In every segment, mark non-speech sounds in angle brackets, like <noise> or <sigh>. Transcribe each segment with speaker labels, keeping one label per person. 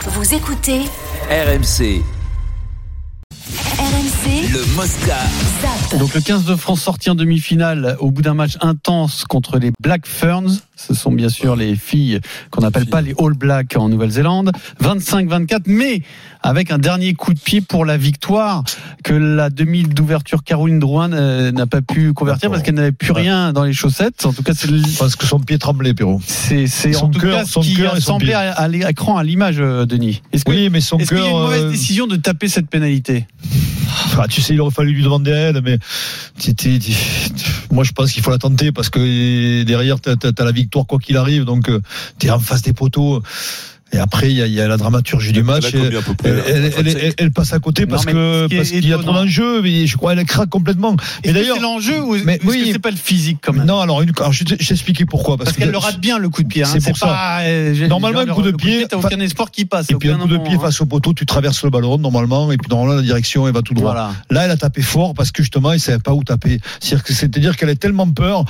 Speaker 1: Vous écoutez
Speaker 2: RMC,
Speaker 1: RMC
Speaker 2: le Mosca.
Speaker 1: Zap.
Speaker 3: Donc le 15 de France sorti en demi-finale au bout d'un match intense contre les Black Ferns. Ce sont bien sûr les filles qu'on n'appelle pas les All Blacks en Nouvelle-Zélande. 25-24, mais avec un dernier coup de pied pour la victoire que la demi d'ouverture Caroline Drouin euh, n'a pas pu convertir parce qu'elle n'avait plus rien dans les chaussettes. En tout cas, c'est le-
Speaker 4: Parce que son pied tremblait, Pierrot.
Speaker 3: c'est c'est
Speaker 4: Son
Speaker 3: en tout
Speaker 4: cœur-
Speaker 3: cas ce
Speaker 4: son
Speaker 3: qui
Speaker 4: cœur
Speaker 3: a
Speaker 4: et son
Speaker 3: semblé
Speaker 4: pied.
Speaker 3: à, à l'écran à l'image, euh, Denis. Est-ce que-
Speaker 4: Oui, mais son
Speaker 3: est-ce qu'il y a une
Speaker 4: cœur.
Speaker 3: mauvaise
Speaker 4: euh,
Speaker 3: décision de taper cette pénalité
Speaker 4: ah, tu sais, il aurait fallu lui demander à elle, mais. t'es- t'es- t'es- Moi, je pense qu'il faut la tenter parce que derrière, t'as t'as- t'as la victoire quoi qu'il arrive. Donc, euh, t'es en face des poteaux. Et après, il y, a- il y a la dramaturgie du match. et- Elle, elle- elle- elle- elle passe à côté
Speaker 3: Non,
Speaker 4: parce
Speaker 3: mais
Speaker 4: que
Speaker 3: ce qui est
Speaker 4: parce qu'il y a trop
Speaker 3: étonnant-
Speaker 4: d'enjeux. Mais je crois qu'elle craque complètement.
Speaker 3: Est-ce
Speaker 4: Mais
Speaker 3: que
Speaker 4: d'ailleurs,
Speaker 3: c'est l'enjeu ou est-ce
Speaker 4: mais
Speaker 3: que
Speaker 4: oui.
Speaker 3: c'est pas le physique quand même
Speaker 4: non. Alors, une, alors je vais t'expliquer pourquoi. Parce,
Speaker 3: Parce
Speaker 4: que-
Speaker 3: qu'elle le rate bien le coup de pied. hein.
Speaker 4: C'est pour ça.
Speaker 3: pas, euh, j'ai-
Speaker 4: Normalement,
Speaker 3: genre,
Speaker 4: un coup de
Speaker 3: le
Speaker 4: pied,
Speaker 3: t'as aucun espoir qui passe.
Speaker 4: Et puis un
Speaker 3: aucun
Speaker 4: coup de
Speaker 3: moment,
Speaker 4: pied
Speaker 3: hein.
Speaker 4: face au poteau, tu traverses le ballon normalement, et puis normalement la direction elle va tout droit.
Speaker 3: Voilà.
Speaker 4: Là, elle a tapé fort parce que justement, elle savait pas où taper. C'est-à-dire que- c'est-à-dire qu'elle a tellement peur,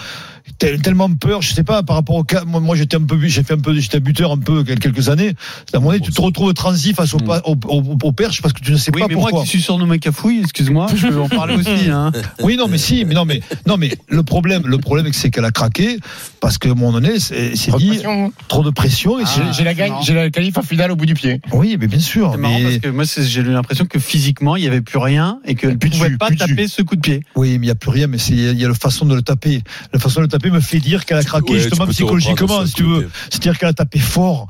Speaker 4: tel- tellement peur, je sais pas, par rapport au cas. Moi, moi, j'étais un peu, bu- j'ai fait un peu, j'étais buteur un peu quel- quelques années. À un moment donné, tu te retrouves transi face au,
Speaker 3: Mm.
Speaker 4: pa- au, au- au perche parce que tu ne sais
Speaker 3: Oui,
Speaker 4: pas
Speaker 3: mais
Speaker 4: pourquoi.
Speaker 3: moi qui suis surnommé Cafouille, excuse-moi, je <laughs> peux en parler aussi. Hein.
Speaker 4: Oui, non, mais si, mais non, mais non, mais le problème, le problème, c'est qu'elle a craqué parce que à un moment donné, c'est c'est dit trop de pression. Et
Speaker 3: Ah,
Speaker 4: c'est-
Speaker 5: J'ai la gagne,
Speaker 3: marrant.
Speaker 5: j'ai la qualif en finale au bout du pied.
Speaker 4: oui, mais bien sûr.
Speaker 3: C'est marrant
Speaker 4: mais-
Speaker 3: parce que moi, c'est- j'ai eu l'impression que physiquement, il n'y avait plus rien et qu'elle ne
Speaker 4: Plus de
Speaker 3: pouvait
Speaker 4: jus,
Speaker 3: pas
Speaker 4: plus de
Speaker 3: taper ce coup de pied.
Speaker 4: Oui, mais il n'y a plus rien, mais c'est- il y a la façon de le taper. La façon de le taper me fait dire qu'elle a craqué
Speaker 6: Ouais, tu
Speaker 4: justement
Speaker 6: peux te
Speaker 4: psychologiquement,
Speaker 6: reprendre
Speaker 4: si
Speaker 6: sur
Speaker 4: tu
Speaker 6: le
Speaker 4: veux.
Speaker 6: côté.
Speaker 4: C'est-à-dire qu'elle a tapé fort.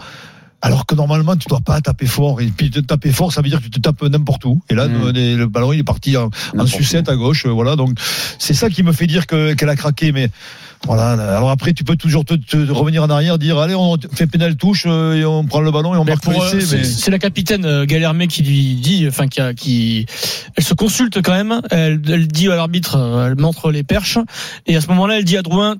Speaker 4: Alors que normalement, tu dois pas taper fort. Et puis, te taper fort, ça veut dire que tu te tapes n'importe où. Et là,
Speaker 3: Mm.
Speaker 4: le, le ballon, il est parti en, en
Speaker 3: N'importe
Speaker 4: sucette à gauche. euh, Voilà. Donc, c'est ça qui me fait dire que- qu'elle a craqué. Mais voilà. là. Alors après, tu peux toujours te, te revenir en arrière, dire, allez, on fait pénal touche, euh, et on prend le ballon et on
Speaker 7: Mais
Speaker 4: marque
Speaker 7: pour,
Speaker 4: le
Speaker 7: euh,
Speaker 4: essai,
Speaker 7: c'est
Speaker 4: mais-
Speaker 7: c'est la capitaine euh, Galhermé qui lui dit, enfin qui, a- qui- elle se consulte quand même. Elle, elle dit à l'arbitre, euh, elle montre les perches, et à ce moment-là, elle dit à Drouin.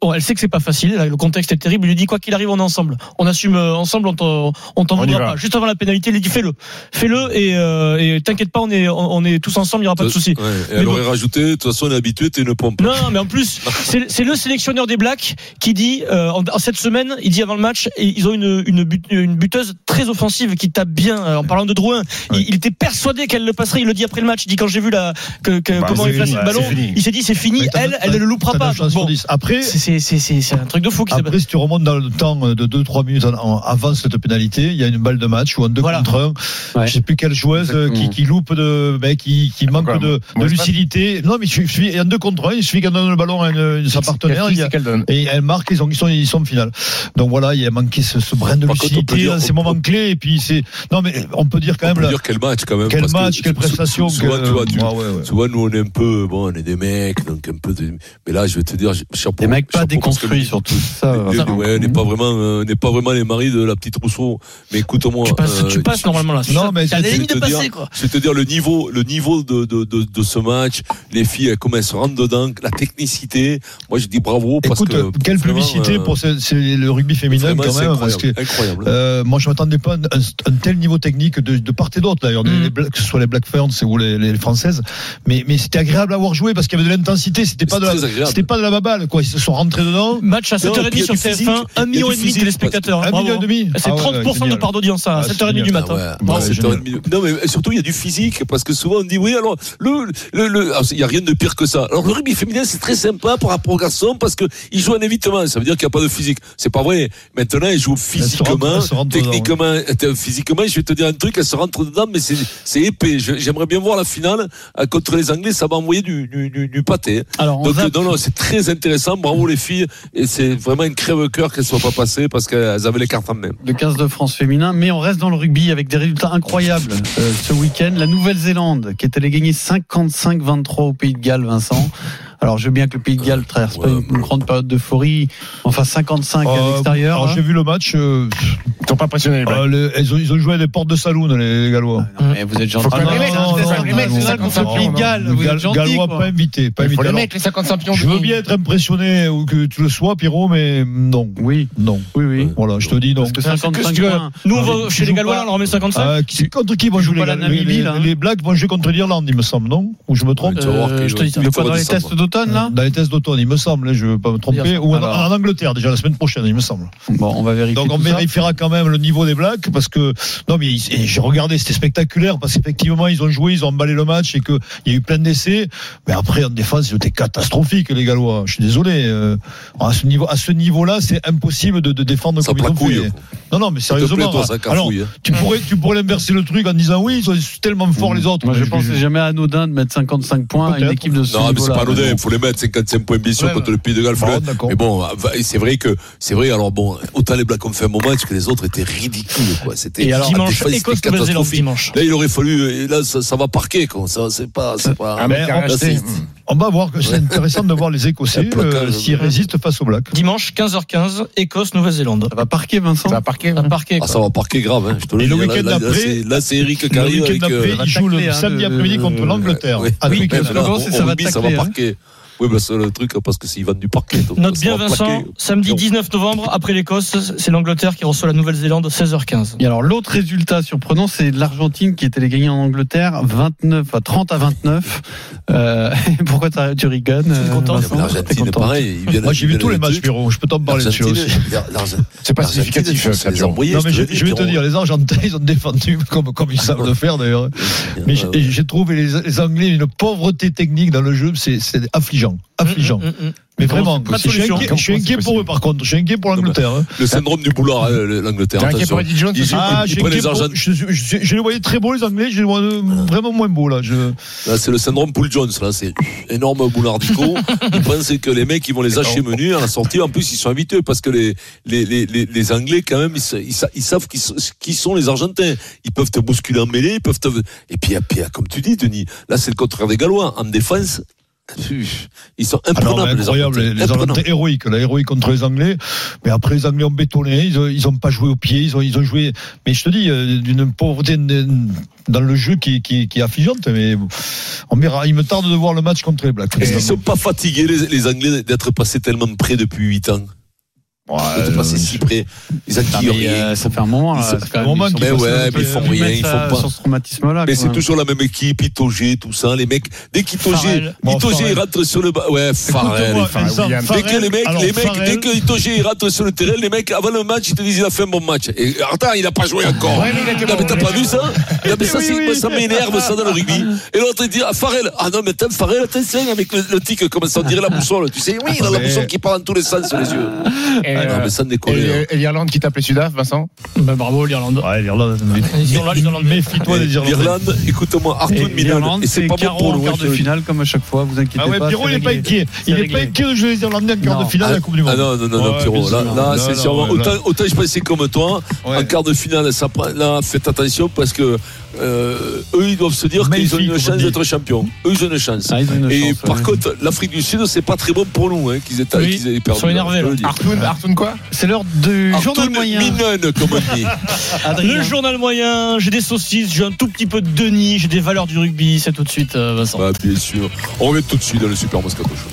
Speaker 7: Bon, elle sait que c'est pas facile, là, le contexte est terrible. Il lui dit quoi qu'il arrive, on est ensemble. On assume euh, ensemble, on t'en on t'en
Speaker 5: On y
Speaker 7: voudra
Speaker 5: va.
Speaker 7: pas. Juste avant la pénalité, il lui dit fais-le, fais-le et euh, et t'inquiète pas, on est on, on est tous ensemble, il y aura pas de souci.
Speaker 6: Ouais, et elle
Speaker 7: bon.
Speaker 6: aurait rajouté, de toute façon, on est habitué, t'es une pompe.
Speaker 7: Non, mais en plus, c'est c'est le sélectionneur des Blacks qui dit, euh, en, en cette semaine, il dit avant le match, et ils ont une, une, but- une buteuse très offensive qui tape bien. Euh, En parlant de Drouin, il- il, était persuadé qu'elle le passerait. Il le dit après le match. Il dit quand j'ai vu la, que, que-
Speaker 5: Bah,
Speaker 7: comment
Speaker 5: c'est
Speaker 7: il place
Speaker 5: fini,
Speaker 7: le ballon,
Speaker 5: c'est fini.
Speaker 7: il s'est dit c'est fini.
Speaker 4: Mais t'as
Speaker 7: Elle,
Speaker 4: neuf-
Speaker 7: elle ne le loupera
Speaker 4: t'as
Speaker 7: pas.
Speaker 4: neuf chances sur
Speaker 7: Bon,
Speaker 4: dix. Après,
Speaker 7: c'est- c'est c'est- c'est- c'est un truc de fou qui s'est passé.
Speaker 4: Après, si tu remontes dans le temps de 2-3 minutes en- en- avant cette pénalité, il y a une balle de match ou un 2
Speaker 7: Voilà.
Speaker 4: contre 1.
Speaker 3: Ouais.
Speaker 4: Je sais plus quelle joueuse euh, qui, qui loupe de, ben, qui,
Speaker 6: Ah,
Speaker 4: qui manque
Speaker 5: quoi,
Speaker 4: de, de
Speaker 5: moi, je
Speaker 4: lucidité. Non, mais il suffit, et en 2 contre 1, il suffit qu'elle donne le ballon à une- sa partenaire. il y a-
Speaker 5: qu'elle donne.
Speaker 4: et elle marque, ils, ont, ils, sont, ils sont en finale. Donc voilà, il a manqué ce, ce brin de
Speaker 6: Par contre, on peut
Speaker 4: lucidité
Speaker 6: dire-
Speaker 4: dans ces
Speaker 6: on-
Speaker 4: moments clés. Et puis c'est. Non, mais on peut dire quand
Speaker 6: On
Speaker 4: même.
Speaker 6: peut
Speaker 4: là,
Speaker 6: dire quel match, quand même.
Speaker 4: Quel
Speaker 6: parce que
Speaker 4: match, quelle
Speaker 6: sou- sou-
Speaker 4: prestation.
Speaker 6: Souvent,
Speaker 4: que-
Speaker 6: tu vois, tu-
Speaker 4: Ah ouais, ouais.
Speaker 6: souvent, nous, on est un peu, bon, on est des mecs, donc un peu de- mais là, je vais te dire, je- chapeau.
Speaker 3: Les mecs
Speaker 6: chapeau,
Speaker 3: pas
Speaker 6: parce que
Speaker 3: déconstruits
Speaker 6: le-
Speaker 3: surtout.
Speaker 4: Ah,
Speaker 3: Ça,
Speaker 6: le-
Speaker 3: ça,
Speaker 6: ouais, on n'est pas vraiment, euh, on n'est pas vraiment les maris de la petite Rousseau. Mais écoute-moi.
Speaker 7: Tu passes,
Speaker 6: euh,
Speaker 7: tu passes normalement là.
Speaker 4: Non, mais
Speaker 7: t'as
Speaker 4: je-
Speaker 7: des
Speaker 6: je vais
Speaker 7: lignes
Speaker 6: te
Speaker 7: dépassées
Speaker 6: dire-
Speaker 7: quoi.
Speaker 6: Je vais te dire le niveau, le niveau de, de, de, de ce match, les filles, elles, comment elles se rentrent dedans, la technicité. Moi, je dis bravo parce
Speaker 4: Écoute,
Speaker 6: que.
Speaker 4: quelle
Speaker 6: vraiment,
Speaker 4: publicité
Speaker 6: euh,
Speaker 4: pour ce- c'est le rugby féminin
Speaker 6: vraiment,
Speaker 4: quand
Speaker 6: c'est
Speaker 4: même. Parce que
Speaker 6: incroyable. incroyable.
Speaker 4: Euh, moi, je m'attendais pas à un, un tel niveau technique de, de part et d'autre, d'ailleurs, des-
Speaker 7: Mm.
Speaker 4: les Bla- que ce soit les Black Ferns ou les, les Françaises. Mais, mais c'était agréable à avoir joué parce qu'il y avait de l'intensité. C'était pas, de
Speaker 6: C'est très
Speaker 4: la-
Speaker 6: agréable.
Speaker 4: c'était pas de la baballe, quoi. Ils se sont rentrés dedans.
Speaker 7: Match à
Speaker 6: Non, puis il y a
Speaker 7: 7h30 sur
Speaker 6: du physique,
Speaker 7: TF1,
Speaker 6: il y a
Speaker 7: 1,5
Speaker 6: du
Speaker 7: million et demi de
Speaker 6: physique,
Speaker 7: téléspectateurs.
Speaker 4: Un
Speaker 7: Bravo.
Speaker 4: million et demi.
Speaker 7: C'est
Speaker 4: Ah ouais,
Speaker 7: 30% de
Speaker 4: génial.
Speaker 7: part d'audience à
Speaker 4: Ah,
Speaker 7: 7h30
Speaker 4: génial.
Speaker 7: du
Speaker 6: Ah
Speaker 7: matin.
Speaker 6: ouais,
Speaker 7: Bravo.
Speaker 6: ouais, c'est
Speaker 4: génial.
Speaker 6: un demi- Non mais surtout il y a du physique parce que souvent on dit oui alors le le le alors, il y a rien de pire que ça. Alors le rugby féminin c'est très sympa par rapport aux garçons parce que ils jouent en évitement, ça veut dire qu'il n'y a pas de physique. C'est pas vrai. Maintenant ils jouent physiquement,
Speaker 4: elles se rentrent dedans,
Speaker 6: techniquement, euh, physiquement, je vais te dire un truc, elles se rentrent dedans mais c'est c'est épais. Je- J'aimerais bien voir la finale euh, contre les Anglais, ça va envoyer du du du, du pâté.
Speaker 3: Alors, on
Speaker 6: Donc
Speaker 3: zappe.
Speaker 6: euh, non non, c'est très intéressant, bravo les filles et c'est vraiment une crève cœur qu'elles soient pas passées parce qu'elles avaient les cartes en main.
Speaker 3: le 15 de France féminin, mais on reste dans le rugby avec des résultats incroyables euh, ce week-end. La Nouvelle-Zélande, qui est allée gagner 55-23 au Pays de Galles, Vincent. Alors, je veux bien que le Pays de Galles traverse pas une, une grande période d'euphorie, enfin 55 à
Speaker 4: Euh,
Speaker 3: l'extérieur.
Speaker 4: alors,
Speaker 3: hein.
Speaker 4: j'ai vu le match. euh,
Speaker 5: Ils t'ont pas impressionné les Blacks.
Speaker 4: euh, les- ils, ont, ils ont joué à des portes de saloon, les Gallois.
Speaker 3: Non, mais vous êtes gentil.
Speaker 5: Faut Ah, pas non, le remettre, non, faut pas le remettre, c'est ça qu'on
Speaker 3: contre
Speaker 5: s'en
Speaker 3: le Pays
Speaker 5: prend,
Speaker 3: de Galles, vous êtes
Speaker 4: Gal-
Speaker 3: gentil,
Speaker 4: Gallois
Speaker 3: quoi.
Speaker 4: pas invité. Pas
Speaker 5: Il
Speaker 4: invité.
Speaker 5: faut les
Speaker 4: Alors,
Speaker 5: mettre, les 55 pions.
Speaker 4: je veux bien être impressionné ou que tu le sois, Pierrot, mais non.
Speaker 3: Oui,
Speaker 4: Non.
Speaker 3: oui, oui.
Speaker 4: Voilà, je te dis non.
Speaker 3: Parce que
Speaker 7: Non, c'est que
Speaker 3: 55
Speaker 7: ce que-
Speaker 3: points.
Speaker 7: Nous, on
Speaker 4: Alors,
Speaker 7: va
Speaker 4: tu
Speaker 7: chez les
Speaker 4: joues
Speaker 7: Gallois,
Speaker 4: pas-
Speaker 7: on leur met 55.
Speaker 6: Ah
Speaker 3: Ah,
Speaker 4: Euh, qui- contre qui vont
Speaker 3: Ils
Speaker 4: jouer
Speaker 3: jouent pas
Speaker 4: les,
Speaker 3: la Namibie,
Speaker 4: les-
Speaker 3: là, hein.
Speaker 4: les Blacks vont jouer contre l'Irlande, il me semble, non Ou je me trompe
Speaker 6: Tu vas voir
Speaker 3: Euh,
Speaker 6: qu'ils
Speaker 3: je
Speaker 6: vont-
Speaker 3: te dis,
Speaker 6: ils
Speaker 3: mais
Speaker 6: vont
Speaker 3: pendant les
Speaker 6: descendre.
Speaker 3: tests d'au- d'automne, là
Speaker 4: Dans les tests d'automne, il me semble, hein, je ne veux pas me tromper. Ou en,
Speaker 3: Alors.
Speaker 4: en Angleterre, déjà, la semaine prochaine, il me semble.
Speaker 3: Bon, on va vérifier.
Speaker 4: Donc on
Speaker 3: tout ça.
Speaker 4: vérifiera quand même le niveau des Blacks parce que non mais ils- et j'ai regardé c'était spectaculaire parce qu'effectivement ils ont joué ils ont emballé le match et que il y a eu plein d'essais mais après en défense c'était catastrophique les Gallois je suis désolé euh, à ce niveau à ce niveau là c'est impossible de, de défendre
Speaker 6: Ça
Speaker 4: comme ils ont
Speaker 6: placouille.
Speaker 4: fait non non mais
Speaker 6: S'il te
Speaker 4: sérieusement
Speaker 6: plaît, toi, ça
Speaker 4: alors
Speaker 6: cafouille. hein.
Speaker 4: tu pourrais tu pourrais l'inverser le truc en disant oui ils sont tellement forts les autres
Speaker 3: Mmh. Moi, je
Speaker 4: Mais
Speaker 3: pense que c'est jamais anodin de mettre 55 points à une
Speaker 4: Peut-être.
Speaker 3: équipe de ce
Speaker 6: Non, mais c'est
Speaker 3: niveau-là.
Speaker 6: pas anodin, il faut les mettre, 55 points, bien sûr,
Speaker 4: Ouais,
Speaker 6: contre
Speaker 4: ouais.
Speaker 6: le Pays de Galles. faut les-
Speaker 4: Bon, d'accord.
Speaker 6: Mais bon, c'est vrai que, c'est vrai, alors bon, autant les Blacks ont fait un bon match que les autres étaient ridicules, quoi. C'était,
Speaker 7: Et alors,
Speaker 6: la
Speaker 7: dimanche,
Speaker 6: défense était
Speaker 7: Écosse, Nouvelle-Zélande,
Speaker 6: catastrophique.
Speaker 7: dimanche.
Speaker 6: Là, il aurait fallu, et là, ça, ça va parquer, quoi. Ça, c'est pas, c'est pas.
Speaker 5: Ah, mais t'as
Speaker 4: on-
Speaker 5: racheté.
Speaker 6: là,
Speaker 5: Hum.
Speaker 4: on va voir que c'est intéressant de voir les
Speaker 6: <laughs>
Speaker 4: Écossais
Speaker 6: Un placage.
Speaker 4: euh, s'ils résistent face aux Blacks
Speaker 7: Dimanche, 15h15, Écosse, Nouvelle-Zélande.
Speaker 3: Ça va parquer, Vincent
Speaker 5: Ça hein. a parqué.
Speaker 7: Un parquet.
Speaker 6: Ah,
Speaker 7: quoi.
Speaker 6: ça va parquer grave, hein, je te le
Speaker 4: Et
Speaker 6: dis.
Speaker 4: le
Speaker 6: Là,
Speaker 4: week-end
Speaker 6: là, là,
Speaker 4: d'après-
Speaker 6: c'est- Là, c'est Eric qui
Speaker 4: le
Speaker 6: arrive
Speaker 4: week-end
Speaker 6: avec.
Speaker 4: d'après
Speaker 6: euh,
Speaker 4: ils jouent
Speaker 3: tacler,
Speaker 4: le
Speaker 3: hein,
Speaker 4: samedi
Speaker 3: de-
Speaker 4: après-midi contre
Speaker 3: euh,
Speaker 4: l'Angleterre Ah,
Speaker 6: oui.
Speaker 4: à
Speaker 6: Oui,
Speaker 4: Twickenham.
Speaker 6: mais là,
Speaker 3: Comment c'est,
Speaker 6: on-
Speaker 3: ça
Speaker 6: on
Speaker 3: va
Speaker 6: remet, ça
Speaker 3: tacler,
Speaker 6: va
Speaker 3: hein.
Speaker 6: parquer. Oui, bah, c'est le truc, parce que s'ils vendent du parquet. donc,
Speaker 7: Note
Speaker 6: ça
Speaker 7: bien
Speaker 6: va
Speaker 7: Vincent,
Speaker 6: plaquer.
Speaker 7: samedi
Speaker 6: Non.
Speaker 7: 19 novembre, après l'Écosse, c'est l'Angleterre qui reçoit la Nouvelle-Zélande 16h15.
Speaker 3: Et alors l'autre résultat surprenant, c'est l'Argentine qui était les gagnants en Angleterre, 29 à 30 à 29. Euh, <laughs> pourquoi t'as- tu rigoles
Speaker 7: Je suis content.
Speaker 3: euh,
Speaker 6: Ouais, mais
Speaker 3: Vincent T'es
Speaker 6: L'Argentine,
Speaker 3: content.
Speaker 6: pareil. ils viennent-
Speaker 4: Moi, j'ai
Speaker 6: ils
Speaker 4: vu
Speaker 6: viennent
Speaker 4: tous les
Speaker 6: avec
Speaker 4: match
Speaker 6: des trucs. Ah,
Speaker 4: Pierrot. Je peux t'en parler dessus
Speaker 6: L'Argentine,
Speaker 4: aussi.
Speaker 6: l'Argentine,
Speaker 5: C'est pas
Speaker 6: l'Argentine,
Speaker 5: significatif, euh,
Speaker 6: c'est les
Speaker 5: Fabien.
Speaker 6: envoyés,
Speaker 4: Non,
Speaker 6: je
Speaker 4: mais
Speaker 6: te
Speaker 4: je,
Speaker 6: le dis,
Speaker 4: je vais te
Speaker 6: Pierrot.
Speaker 4: dire, les Argentins, ils ont défendu <laughs> comme, comme ils savent le faire d'ailleurs. Mais j'ai- j'ai trouvé les, les Anglais une pauvreté technique dans le jeu, c'est c'est affligeant. Affligeant.
Speaker 3: Mmh,
Speaker 7: Mm, mm, mm.
Speaker 4: Mais
Speaker 7: Comment
Speaker 4: vraiment,
Speaker 7: c'est possible
Speaker 4: je suis inquiet, je suis
Speaker 5: Comment c'est
Speaker 4: inquiet pour eux
Speaker 5: possible
Speaker 4: par contre. Je suis inquiet pour l'Angleterre. hein.
Speaker 6: Le syndrome du boulard, hein, le- l'Angleterre.
Speaker 5: T'es inquiet
Speaker 6: attention.
Speaker 5: pour Eddie Jones
Speaker 6: Ils-
Speaker 5: aussi
Speaker 4: Ah,
Speaker 6: ils
Speaker 4: j'ai
Speaker 6: prennent
Speaker 4: inquiet
Speaker 6: les
Speaker 4: pour-
Speaker 6: Argentins.
Speaker 4: je, je- je- je les voyais très beaux les Anglais, je les vois euh, vraiment moins beaux là. Je...
Speaker 6: Là, c'est le syndrome Poul Jones, là, c'est énorme
Speaker 4: <laughs>
Speaker 6: boulardico. ils pensent que les mecs, ils vont les hacher menus à la sortie. En plus, ils sont habitués parce que les, les, les, les, les Anglais, quand même, ils, sa- ils sa- ils savent qui, sont- qui sont les Argentins. Ils peuvent te bousculer en mêlée, ils peuvent te... Et puis, et puis, comme tu dis, Denis, là, c'est le contraire des Gallois. En défense, ils sont
Speaker 4: Ah non,
Speaker 6: imprenables.
Speaker 4: mais
Speaker 6: les
Speaker 4: incroyable,
Speaker 6: Argentins.
Speaker 4: les, les
Speaker 6: Imprenables.
Speaker 4: Argentins héroïques, la héroïque contre les Anglais. Mais après, les Anglais ont bétonné, ils ont, ils ont pas joué au pied, ils ont, ils ont joué. Mais je te dis, euh, d'une pauvreté euh, dans le jeu qui, qui, qui est affligeante. Mais bon, on verra. Il me tarde de voir le match contre les Blacks.
Speaker 6: Est-ce qu'ils sont pas fatigués, les, les Anglais, d'être passés tellement près depuis 8 ans
Speaker 4: Ouais,
Speaker 6: D'être passés si près Ils
Speaker 3: Ah,
Speaker 6: acquittent
Speaker 3: mais,
Speaker 6: rien.
Speaker 3: euh, ça fait un moment.
Speaker 6: Ils
Speaker 3: Là,
Speaker 6: sont-
Speaker 3: c'est quand
Speaker 4: un
Speaker 3: même-
Speaker 4: moment
Speaker 3: ils sont
Speaker 4: qu'ils
Speaker 6: Mais
Speaker 3: passés-
Speaker 6: ouais, mais ils font
Speaker 3: ils
Speaker 6: rien,
Speaker 3: mettent
Speaker 6: ils font
Speaker 3: ça
Speaker 6: pas.
Speaker 3: Sur ce traumatisme-là.
Speaker 6: Mais
Speaker 3: quand
Speaker 6: c'est
Speaker 3: même.
Speaker 6: toujours la même équipe, Itogé, tout ça, les mecs. Dès qu'Itogé,
Speaker 7: Farrell.
Speaker 4: Bon,
Speaker 6: Itogé, il
Speaker 4: Farrell.
Speaker 6: rentre sur le bas. Ouais, Farrel.
Speaker 4: Écoute-moi,
Speaker 5: Farrell,
Speaker 4: Vincent,
Speaker 5: William.
Speaker 6: Dès
Speaker 4: Farrell,
Speaker 6: que les mecs,
Speaker 4: alors,
Speaker 6: les mecs,
Speaker 4: Farrell,
Speaker 6: dès que Itogé il rentre sur le terrain, les mecs, avant le match, ils te disent, il a fait un bon match. Et attends, il a pas joué encore.
Speaker 5: Ouais, mais il était
Speaker 6: non,
Speaker 5: bon,
Speaker 6: mais t'as
Speaker 5: il
Speaker 6: pas
Speaker 5: était
Speaker 6: vu
Speaker 5: bon.
Speaker 6: ça? Non, mais ça,
Speaker 4: Oui,
Speaker 6: c'est-
Speaker 4: oui,
Speaker 6: moi, ça
Speaker 4: oui.
Speaker 6: m'énerve, ça, dans le rugby. Et l'autre, il dit, ah, Farrel. Ah non, mais t'aimes Farrell, attention, avec le, le tic, comme ça, on dirait la boussole. Tu sais, oui, il a la
Speaker 4: Mais-
Speaker 6: boussole qui part dans tous les sens sur les yeux.
Speaker 5: Et,
Speaker 6: Ah non, mais ça ne décolle.
Speaker 5: euh, et- et l'Irlande qui tape les Sudaf, Vincent
Speaker 7: Bah, bravo l'Irlande.
Speaker 4: Ouais, l'Irlande.
Speaker 7: Ils sont là, les Irlandais.
Speaker 4: Méfie-toi des Irlandais.
Speaker 6: L'Irlande, écoute-moi,
Speaker 3: Et
Speaker 6: Arthur Milan,
Speaker 3: l'Irlande,
Speaker 6: et c'est pas bon
Speaker 3: carreau
Speaker 6: pour
Speaker 3: en
Speaker 6: le
Speaker 3: quart de
Speaker 6: Welsh.
Speaker 3: finale comme à chaque fois. Vous inquiétez
Speaker 4: Ah ouais,
Speaker 3: pas.
Speaker 4: Pierrot,
Speaker 3: c'est
Speaker 4: il est pas
Speaker 3: réglé.
Speaker 4: inquiet.
Speaker 3: C'est
Speaker 4: Il est
Speaker 3: réglé.
Speaker 4: pas inquiet de jouer les Irlandais en quart
Speaker 3: Non.
Speaker 4: de finale de la Coupe du Monde.
Speaker 6: Ah non, non, non,
Speaker 4: Ouais,
Speaker 6: Pierrot. Là,
Speaker 4: bien sûr.
Speaker 6: là, c'est
Speaker 4: Non,
Speaker 6: sûrement.
Speaker 4: non, là.
Speaker 6: Autant, autant je pensais comme toi,
Speaker 4: Ouais.
Speaker 6: en quart de finale, ça prend- là, faites attention parce que euh, eux, ils doivent se dire qu'ils ont
Speaker 4: Magnifique,
Speaker 6: une
Speaker 4: on
Speaker 6: chance
Speaker 4: dit.
Speaker 6: d'être champions. Eux, ils ont une chance.
Speaker 3: Ah, ils ont une
Speaker 6: Et
Speaker 3: chance,
Speaker 6: par
Speaker 3: ouais.
Speaker 6: contre, l'Afrique du Sud, c'est pas très bon pour nous hein, qu'ils aient,
Speaker 7: Oui,
Speaker 6: qu'ils aient
Speaker 7: ils
Speaker 6: perdu.
Speaker 7: sont énervés,
Speaker 6: je te le
Speaker 7: là.
Speaker 6: dis.
Speaker 5: Artoun, Artoun quoi
Speaker 3: C'est l'heure du
Speaker 6: Arthur
Speaker 3: journal moyen.
Speaker 6: Minone, comme on dit.
Speaker 3: Adrien.
Speaker 7: Le journal moyen, j'ai des saucisses, j'ai un tout petit peu de Denis, j'ai des valeurs du rugby, c'est tout de suite euh, Vincent.
Speaker 6: Bah, bien sûr. On revient tout de suite dans le Super Moscato Show.